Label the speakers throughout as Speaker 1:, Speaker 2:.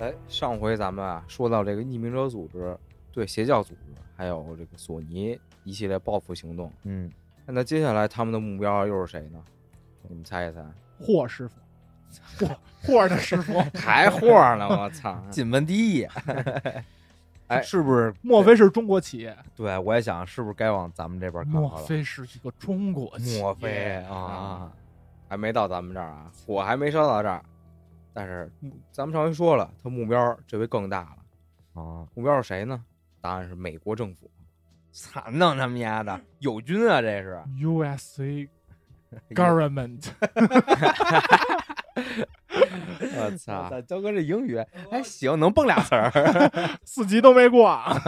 Speaker 1: 哎，上回咱们啊说到这个匿名者组织对邪教组织，还有这个索尼一系列报复行动，
Speaker 2: 嗯，
Speaker 1: 那接下来他们的目标又是谁呢？你们猜一猜？
Speaker 3: 霍师傅， 霍霍儿的师傅，
Speaker 1: 还货呢？我操！
Speaker 2: 锦文第 一，
Speaker 1: 哎
Speaker 2: 是不是？
Speaker 3: 莫非是中国企业？
Speaker 2: 对，我也想，是不是该往咱们这边靠
Speaker 3: 莫
Speaker 2: 了？
Speaker 3: 非是一个中国企业？
Speaker 2: 莫非啊？
Speaker 1: 还没到咱们这儿啊，火还没烧到这儿，但是目咱们上回说了，他目标这回更大了，
Speaker 2: 啊，
Speaker 1: 目标是谁呢？答案是美国政府。
Speaker 2: 惨弄他们家的友军啊，这 是
Speaker 3: USA government
Speaker 1: 我操！
Speaker 2: 啊咱焦哥这英语还行，能蹦俩词儿。
Speaker 3: 四级都没过啊，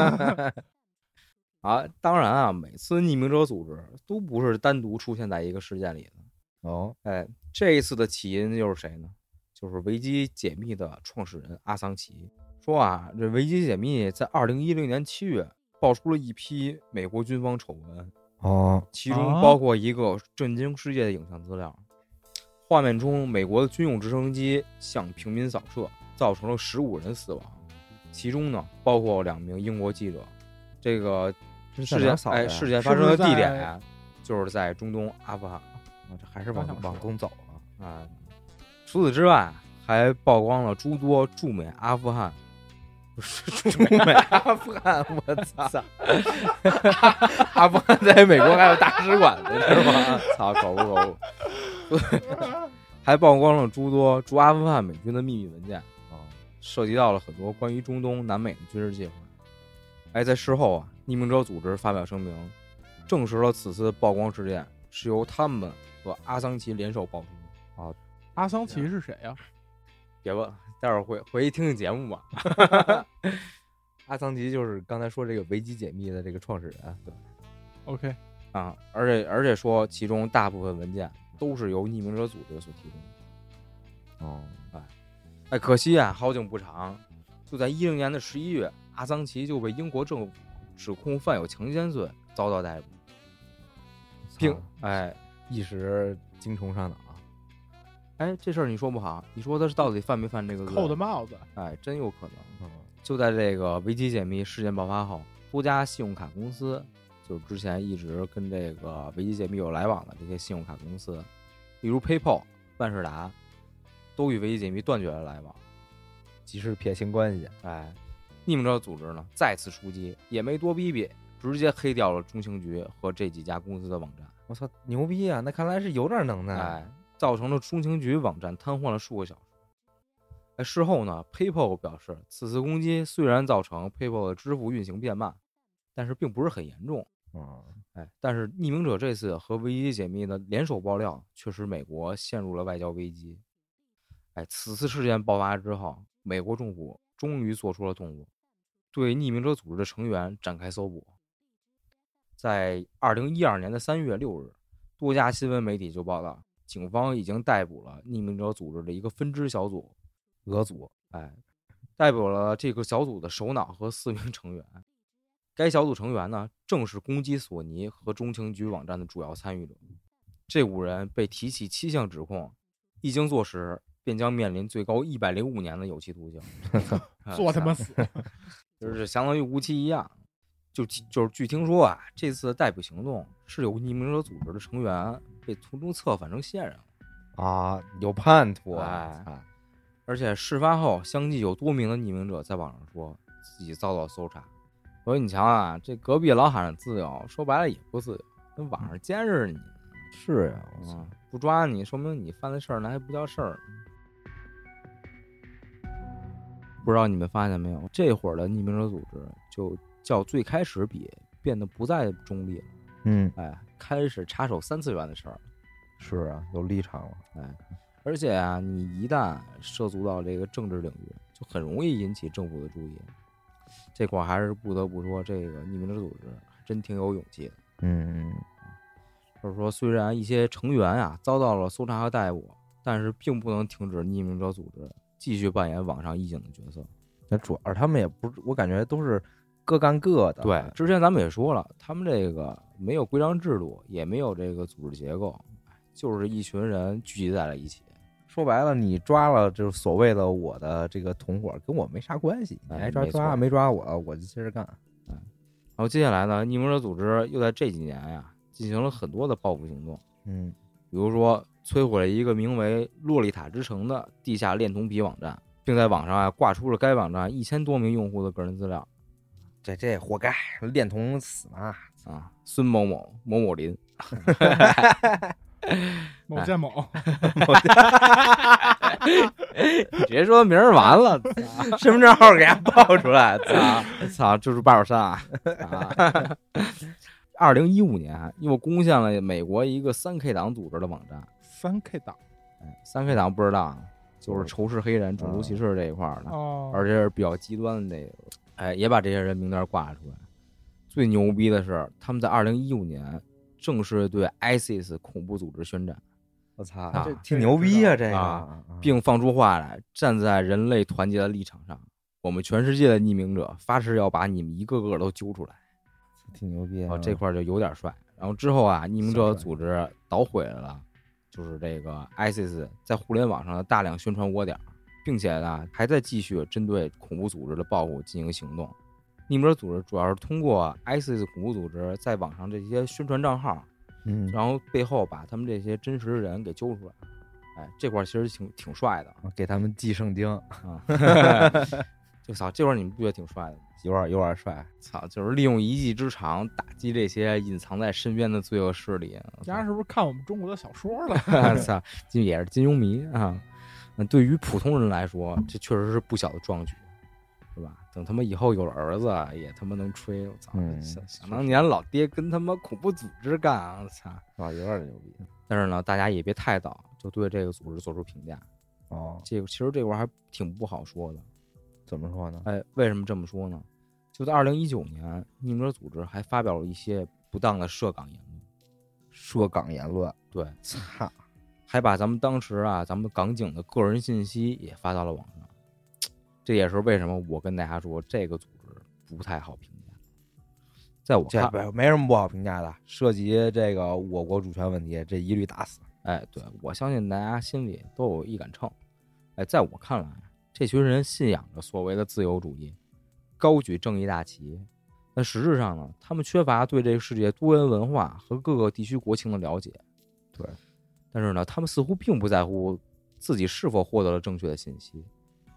Speaker 1: 啊，当然啊，每次匿名者组织都不是单独出现在一个事件里的。
Speaker 2: 哦，
Speaker 1: 哎，这一次的起因又是谁呢？就是维基解密的创始人阿桑奇说啊，这维基解密在二零一零年七月爆出了一批美国军方丑闻，
Speaker 2: 哦，
Speaker 1: 其中包括一个震惊世界的影像资料。画面中，美国的军用直升机向平民扫射，造成了十五人死亡，其中呢包括两名英国记者。这个事件
Speaker 2: 扫
Speaker 1: 哎，事件发
Speaker 3: 是不
Speaker 1: 生的
Speaker 3: 是
Speaker 1: 地
Speaker 3: 在
Speaker 1: 点呀就是在中东阿富汗
Speaker 2: 我哦这还是
Speaker 3: 刚想
Speaker 2: 往
Speaker 3: 说
Speaker 2: 往东走 了。
Speaker 1: 啊。除此之外，还曝光了诸多驻美阿富 汗，不是驻美
Speaker 2: 阿富汗， 我操！阿富汗在美国还有大使馆呢，
Speaker 1: 是 吗？操，口误口误。 还曝光了诸多驻阿富汗美军的秘密文件，啊
Speaker 2: 哦
Speaker 1: 涉及到了很多关于中东、南美的军事计划。哎，在事后啊，匿名者组织发表声明，证实了此次曝光事件是由他们和阿桑奇联手爆出的。
Speaker 3: 阿桑
Speaker 2: 嗯
Speaker 3: 奇是谁呀、啊
Speaker 1: 别问了，待会儿回回去听听节目吧。
Speaker 2: 阿桑奇就是刚才说这个维基解密的这个创始人。啊
Speaker 3: o k
Speaker 1: 啊，而且而且说，其中大部分文件都是由匿名者组织所提供的。
Speaker 2: 哦，
Speaker 1: 哎，可惜啊，好景不长，就在一零年的十一月，阿桑奇就被英国政府指控犯有强奸罪，遭到逮捕，并
Speaker 2: 并
Speaker 1: 哎
Speaker 2: 一时精虫上脑。
Speaker 1: 哎，这事儿你说不好，你说他是到底犯没犯这个罪？
Speaker 3: 扣的帽子，。
Speaker 2: 啊
Speaker 1: 哎，真有可能。
Speaker 2: 嗯，
Speaker 1: 就在这个维基解密事件爆发后，多家信用卡公司，就是之前一直跟这个维基解密有来往的这些信用卡公司，例如 PayPal、万事达，都与维基解密断绝了来往。
Speaker 2: 及时撇清关系。
Speaker 1: 哎，匿名者组织呢再次出击，也没多逼逼，直接黑掉了中情局和这几家公司的网站。
Speaker 2: 我操，牛逼啊！那看来是有点能耐。
Speaker 1: 哎，造成了中情局网站瘫痪了数个小时。哎，事后呢，PayPal 表示，此次攻击虽然造成 PayPal 的支付运行变慢，但是并不是很严重。
Speaker 2: 嗯，
Speaker 1: 哎，但是匿名者这次和危机解密呢联手爆料，却使美国陷入了外交危机。哎，此次事件爆发之后，美国政府终于做出了动作，对匿名者组织的成员展开搜捕。在二零一二年的三月六日，多家新闻媒体就报道，警方已经逮捕了匿名者组织的一个分支小组，
Speaker 2: 俄组
Speaker 1: 哎，代表了这个小组的首脑和四名成员。该小组成员呢，正是攻击索尼和中情局网站的主要参与者。这五人被提起七项指控，一经坐实，便将面临最高一百零五年的有期徒刑 哎
Speaker 3: 做他妈死！
Speaker 1: 就是相当于无期一样。就就是据听说啊，这次的逮捕行动是有匿名者组织的成员被从中策反成线人了，
Speaker 2: 啊，有叛徒
Speaker 1: 哎
Speaker 2: 啊！
Speaker 1: 而且事发后相继有多名的匿名者在网上说自己遭到搜查。所以你瞧啊，这隔壁老喊着自由，说白了也不自由，跟网上监视你，
Speaker 2: 是呀，我操
Speaker 1: 啊，不抓你，说明你犯的事儿那还不叫事儿呢。不知道你们发现没有，这会儿的匿名者组织就叫最开始比变得不再中立了，
Speaker 2: 嗯，
Speaker 1: 哎，开始插手三次元的事儿，
Speaker 2: 是啊，有立场了。
Speaker 1: 而且啊，你一旦涉足到这个政治领域，就很容易引起政府的注意。这块儿还是不得不说，这个匿名者组织还真挺有勇气的。
Speaker 2: 嗯，
Speaker 1: 就是说，虽然一些成员啊遭到了搜查和逮捕，但是并不能停止匿名者组织继续扮演网上义警的角色。
Speaker 2: 那主要是他们也不是，我感觉都是各干各的。
Speaker 1: 对，之前咱们也说了，他们这个没有规章制度，也没有这个组织结构，就是一群人聚集在了一起。
Speaker 2: 说白了，你抓了就是所谓的我的这个同伙，跟我没啥关系。你
Speaker 1: 哎
Speaker 2: 爱抓
Speaker 1: 没
Speaker 2: 抓，
Speaker 1: 错
Speaker 2: 没抓我，我就接着干。
Speaker 1: 然后接下来呢，逆魔者组织又在这几年呀、进行了很多的报复行动，
Speaker 2: 嗯
Speaker 1: 比如说摧毁了一个名为“洛丽塔之城”的地下恋童癖网站，并在网上啊挂出了该网站一千多名用户的个人资料
Speaker 2: 这这活该，恋童死嘛！
Speaker 1: 啊，孙某某、某某林，
Speaker 3: 某建某，
Speaker 2: 哎
Speaker 1: 你 直接说名儿完了，
Speaker 2: 身份证号给他报出来，
Speaker 1: 操操，就是八宝山啊！啊，二零一五年啊又攻陷了美国一个三 K 党组织的网站。
Speaker 3: 三 K 党
Speaker 1: 三 K 党不知道啊，就是仇视黑人、种族歧视这一块
Speaker 2: 啊
Speaker 1: 儿的，
Speaker 3: 哦，
Speaker 1: 而且是比较极端的那个。哎，也把这些人名单挂出来。最牛逼的是，他们在二零一五年正式对 ISIS 恐怖组织宣战，
Speaker 2: 我操
Speaker 1: 啊，
Speaker 2: 这挺牛逼啊！这个
Speaker 1: 啊，并放出话来，站在人类团结的立场上，我们全世界的匿名者发誓要把你们一个个都揪出来。
Speaker 2: 挺牛逼
Speaker 1: 啊，这块儿就有点帅。然后之后啊，匿名
Speaker 2: 嗯小
Speaker 1: 者
Speaker 2: 帅
Speaker 1: 组织捣毁了，就是这个 ISIS 在互联网上的大量宣传窝点儿，并且呢，还在继续针对恐怖组织的报复进行行动。匿名者组织主要是通过 ISIS 恐怖组织在网上这些宣传账号，
Speaker 2: 嗯，
Speaker 1: 然后背后把他们这些真实的人给揪出来。哎，这块儿其实挺挺帅的
Speaker 2: 给他们寄圣经，
Speaker 1: 啊！就操，这块儿你们不觉得挺帅的吗？
Speaker 2: 有点有点帅。
Speaker 1: 操，就是利用一技之长打击这些隐藏在身边的罪恶势力。啊
Speaker 3: 家是不是看我们中国的小说了？
Speaker 2: 哎
Speaker 1: 操，金也是金庸迷啊。那对于普通人来说，这确实是不小的壮举，是吧？等他妈以后有了儿子，啊也他妈能吹。我操，
Speaker 2: 嗯
Speaker 1: 想想当年老爹跟他妈恐怖组织干啊，我操！
Speaker 2: 啊，有点牛逼
Speaker 1: 但是呢，大家也别太早就对这个组织做出评价，
Speaker 2: 哦。
Speaker 1: 这个其实这块儿还挺不好说的。
Speaker 2: 怎么说呢？
Speaker 1: 哎，为什么这么说呢？就在二零一九年，匿名者组织还发表了一些不当的涉港言论，
Speaker 2: 涉港言论，
Speaker 1: 对，
Speaker 2: 操，
Speaker 1: 还把咱们当时啊，咱们港警的个人信息也发到了网上。这也是为什么我跟大家说这个组织不太好评价。在我
Speaker 2: 这
Speaker 1: 看，
Speaker 2: 没没什么不好评价的。涉及这个我国主权问题，这一律打死。
Speaker 1: 哎，对我相信大家心里都有一杆秤。哎，在我看来，这群人信仰着所谓的自由主义，高举正义大旗，但实质上呢，他们缺乏对这个世界多元文化和各个地区国情的了解。
Speaker 2: 对，
Speaker 1: 但是呢，他们似乎并不在乎自己是否获得了正确的信息，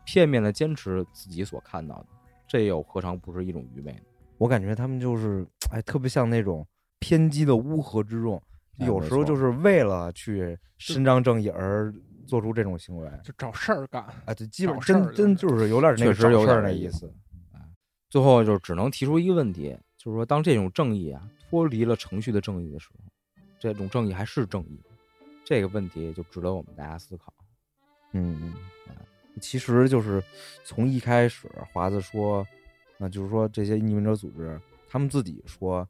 Speaker 1: 片面的坚持自己所看到的，这又何尝不是一种愚昧呢？
Speaker 2: 我感觉他们就是，哎，特别像那种偏激的乌合之众，
Speaker 1: 哎
Speaker 2: 有时候
Speaker 1: 没错
Speaker 2: 就是为了去伸张正义而做出这种行为。
Speaker 3: 就找事儿干，
Speaker 2: 啊，对，基本
Speaker 3: 找事儿
Speaker 2: 真真就是有点那个
Speaker 1: 确实有
Speaker 2: 找事
Speaker 1: 点
Speaker 2: 儿那
Speaker 1: 这
Speaker 2: 意
Speaker 1: 意
Speaker 2: 思。嗯
Speaker 1: 最后就只能提出一个问题，就是说，当这种正义啊脱离了程序的正义的时候，这种正义还是正义吗？这个问题就值得我们大家思考。
Speaker 2: 嗯，嗯，其实就是从一开始，华子说，那、就是说这些匿名者组织，他们自己说，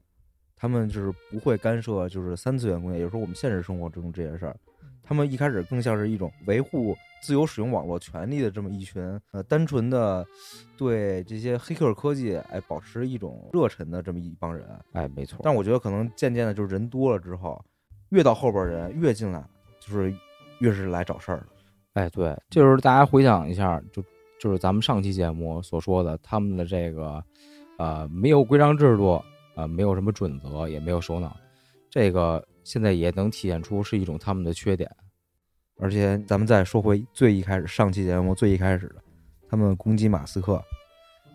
Speaker 2: 他们就是不会干涉，就是三次元工业，也就是说我们现实生活中这些事儿。他们一开始更像是一种维护自由使用网络权利的这么一群，呃，单纯的对这些黑客科技，哎，保持一种热忱的这么一帮人。
Speaker 1: 哎，没错，
Speaker 2: 但我觉得可能渐渐的，就是人多了之后，越到后边儿人越进来，就是越是来找事儿的。
Speaker 1: 哎，对，就是大家回想一下，就就是咱们上期节目所说的，他们的这个呃没有规章制度，呃没有什么准则，也没有首脑，这个现在也能体现出是一种他们的缺点。
Speaker 2: 而且咱们再说回最一开始上期节目最一开始的，他们攻击马斯克，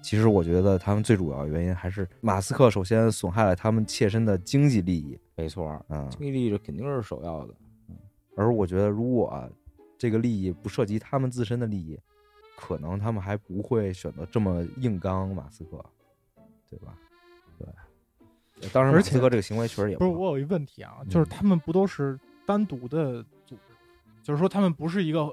Speaker 2: 其实我觉得他们最主要的原因还是马斯克首先损害了他们切身的经济利益
Speaker 1: 没错，
Speaker 2: 啊、嗯
Speaker 1: 经济利益肯定是首要的。
Speaker 2: 而我觉得如果这个利益不涉及他们自身的利益，可能他们还不会选择这么硬刚马斯克，对吧？对。当然，马
Speaker 3: 而且
Speaker 2: 斯克这个行为确实也
Speaker 3: 不是，
Speaker 2: 好
Speaker 3: 我有一问题啊，就是
Speaker 2: 嗯
Speaker 3: 他们不都是单独的组织，就是说他们不是一个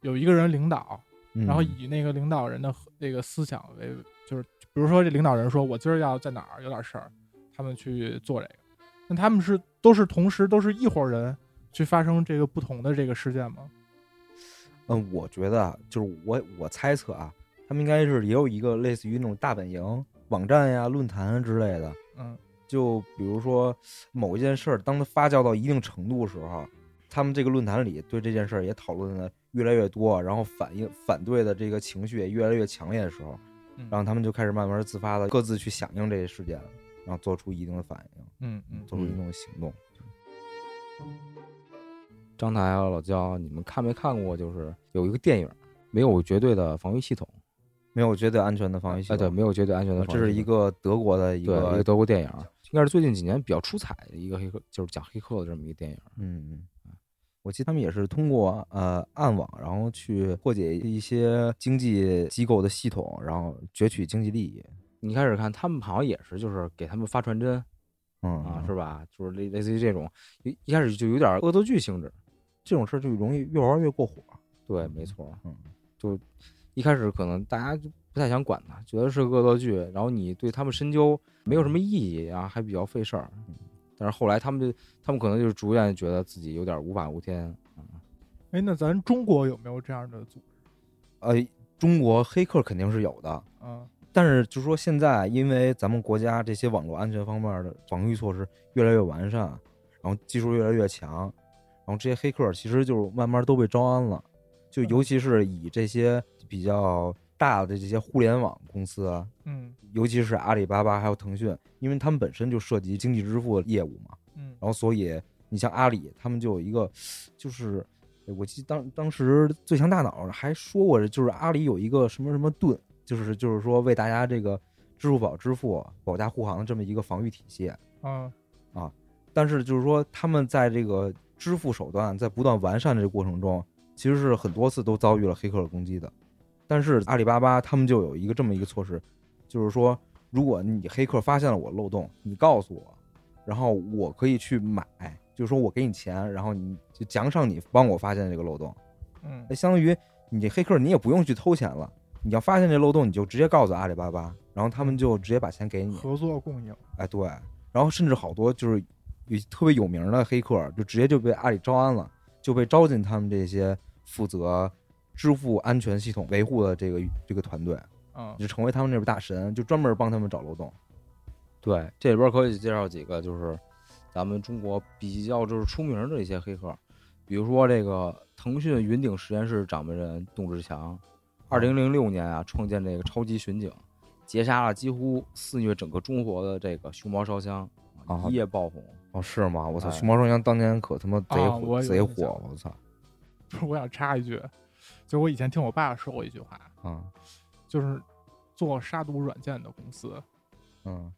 Speaker 3: 有一个人领导，
Speaker 2: 嗯
Speaker 3: 然后以那个领导人的和那个思想为，就是比如说这领导人说我今儿要在哪儿有点事儿，他们去做这个，那他们是都是同时都是一伙人去发生这个不同的这个事件吗？
Speaker 2: 嗯，我觉得啊就是我我猜测啊，他们应该是也有一个类似于那种大本营网站呀、论坛啊之类的。
Speaker 3: 嗯，
Speaker 2: 就比如说某一件事儿，当它发酵到一定程度的时候，他们这个论坛里对这件事儿也讨论的越来越多，然后反应反对的这个情绪也越来越强烈的时候，
Speaker 3: 嗯
Speaker 2: 然后他们就开始慢慢自发的各自去响应这些事件，然后做出一定的反应，
Speaker 3: 嗯嗯，
Speaker 2: 做出一定的行动。
Speaker 1: 张台啊，老焦，你们看没看过？就是有一个电影，没有绝对的防御系统，
Speaker 2: 没有绝对安全的防御系
Speaker 1: 哎，
Speaker 2: 统，呃
Speaker 1: 对，没有绝对安全的防御系
Speaker 2: 这
Speaker 1: 统。
Speaker 2: 是一个德国的一
Speaker 1: 对一
Speaker 2: 个
Speaker 1: 个，德国电影，应该是最近几年比较出彩的一个黑客，就是讲黑客的这么一个电影。
Speaker 2: 嗯嗯。我记得他们也是通过呃暗网，然后去破解一些经济机构的系统，然后攫取经济利益。
Speaker 1: 你开始看他们好像也是，就是给他们发传真
Speaker 2: 嗯
Speaker 1: 啊，是吧？就是类类似于这种，一一开始就有点恶作剧性质。
Speaker 2: 这种事儿就容易越玩越过火。
Speaker 1: 对，没错，
Speaker 2: 嗯，
Speaker 1: 就一开始可能大家就不太想管它，觉得是个恶作剧，然后你对他们深究没有什
Speaker 2: 嗯
Speaker 1: 么意义啊，还比较费事儿。但是后来他们就，他们可能就是逐渐觉得自己有点无法无天。
Speaker 3: 哎，那咱中国有没有这样的组织？
Speaker 2: 呃，中国黑客肯定是有的，
Speaker 3: 啊，
Speaker 2: 但是就说现在，因为咱们国家这些网络安全方面的防御措施越来越完善，然后技术越来越强，然后这些黑客其实就是慢慢都被招安了，就尤其是以这些比较大的这些互联网公司啊，
Speaker 3: 嗯
Speaker 2: 尤其是阿里巴巴还有腾讯，因为他们本身就涉及经济支付业务嘛，
Speaker 3: 嗯
Speaker 2: 然后所以你像阿里，他们就有一个，就是哎我记得当当时最强大脑还说过，就是阿里有一个什么什么盾，就是就是说为大家这个支付宝支付保驾护航的这么一个防御体系。
Speaker 3: 啊，
Speaker 2: 但是就是说他们在这个支付手段在不断完善的这个过程中，其实是很多次都遭遇了黑客的攻击的。但是阿里巴巴他们就有一个这么一个措施，就是说，如果你黑客发现了我漏洞，你告诉我，然后我可以去买，就是说我给你钱，然后你就奖赏你帮我发现这个漏洞。
Speaker 3: 嗯
Speaker 2: 那相当于你这黑客你也不用去偷钱了，你要发现这漏洞你就直接告诉阿里巴巴，然后他们就直接把钱给你。
Speaker 3: 合作共赢，
Speaker 2: 哎，对，然后甚至好多就是有特别有名的黑客，就直接就被阿里招安了，就被招进他们这些负责支付安全系统维护的这个这个团队，
Speaker 3: 啊，
Speaker 2: 就成为他们那边大神，就专门帮他们找漏洞。
Speaker 1: 对，这里边可以介绍几个，就是咱们中国比较就是出名的一些黑客，比如说这个腾讯云顶实验室掌门人董志强，二零零六年啊创建这个超级巡警，截杀了几乎肆虐整个中国的这个熊猫烧香，
Speaker 2: 啊
Speaker 1: 一夜爆红。
Speaker 2: 哦，是吗？我操，
Speaker 1: 哎
Speaker 2: 熊猫双枪当年可他妈贼
Speaker 3: 啊
Speaker 2: 火，
Speaker 3: 我有
Speaker 2: 贼
Speaker 3: 印
Speaker 2: 火！
Speaker 3: 象
Speaker 2: 我操
Speaker 3: 不是我想插一句，就我以前听我爸说过一句话，
Speaker 2: 啊，
Speaker 3: 就是做杀毒软件的公司
Speaker 2: 嗯，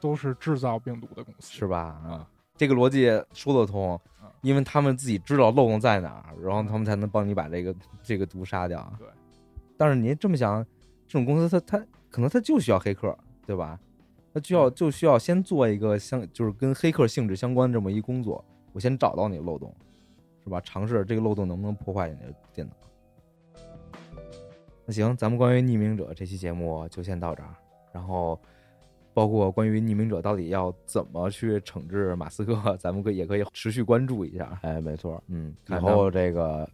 Speaker 3: 都是制造病毒的公司，
Speaker 2: 是吧？
Speaker 3: 啊，
Speaker 2: 这个逻辑说得通
Speaker 3: 啊，
Speaker 2: 因为他们自己知道漏洞在哪儿，然后他们才能帮你把这个这个毒杀掉。
Speaker 3: 对，
Speaker 2: 但是你这么想，这种公司它它可能它就需要黑客，对吧？它就要就需要先做一个相就是跟黑客性质相关这么一工作，我先找到你的漏洞，是吧？尝试这个漏洞能不能破坏你的电脑。那行，咱们关于匿名者这期节目就先到这儿，然后。包括关于匿名者到底要怎么去惩治马斯克， 咱们可以也可以持续关注一下。
Speaker 1: 哎，没错，
Speaker 2: 嗯，
Speaker 1: 以
Speaker 2: 看他
Speaker 1: 后这个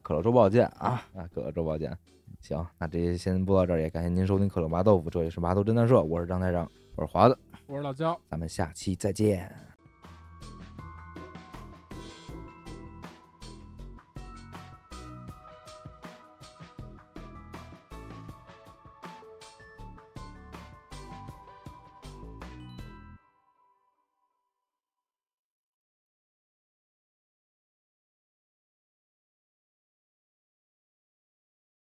Speaker 1: 可乐周报见啊！
Speaker 2: 啊，可乐周报见。行，那这期先播到这儿，也感谢您收听可乐麻豆腐，这里是麻豆侦探社，我是张台长，
Speaker 1: 我是华子。
Speaker 3: 我是老焦。
Speaker 2: 咱们下期再见。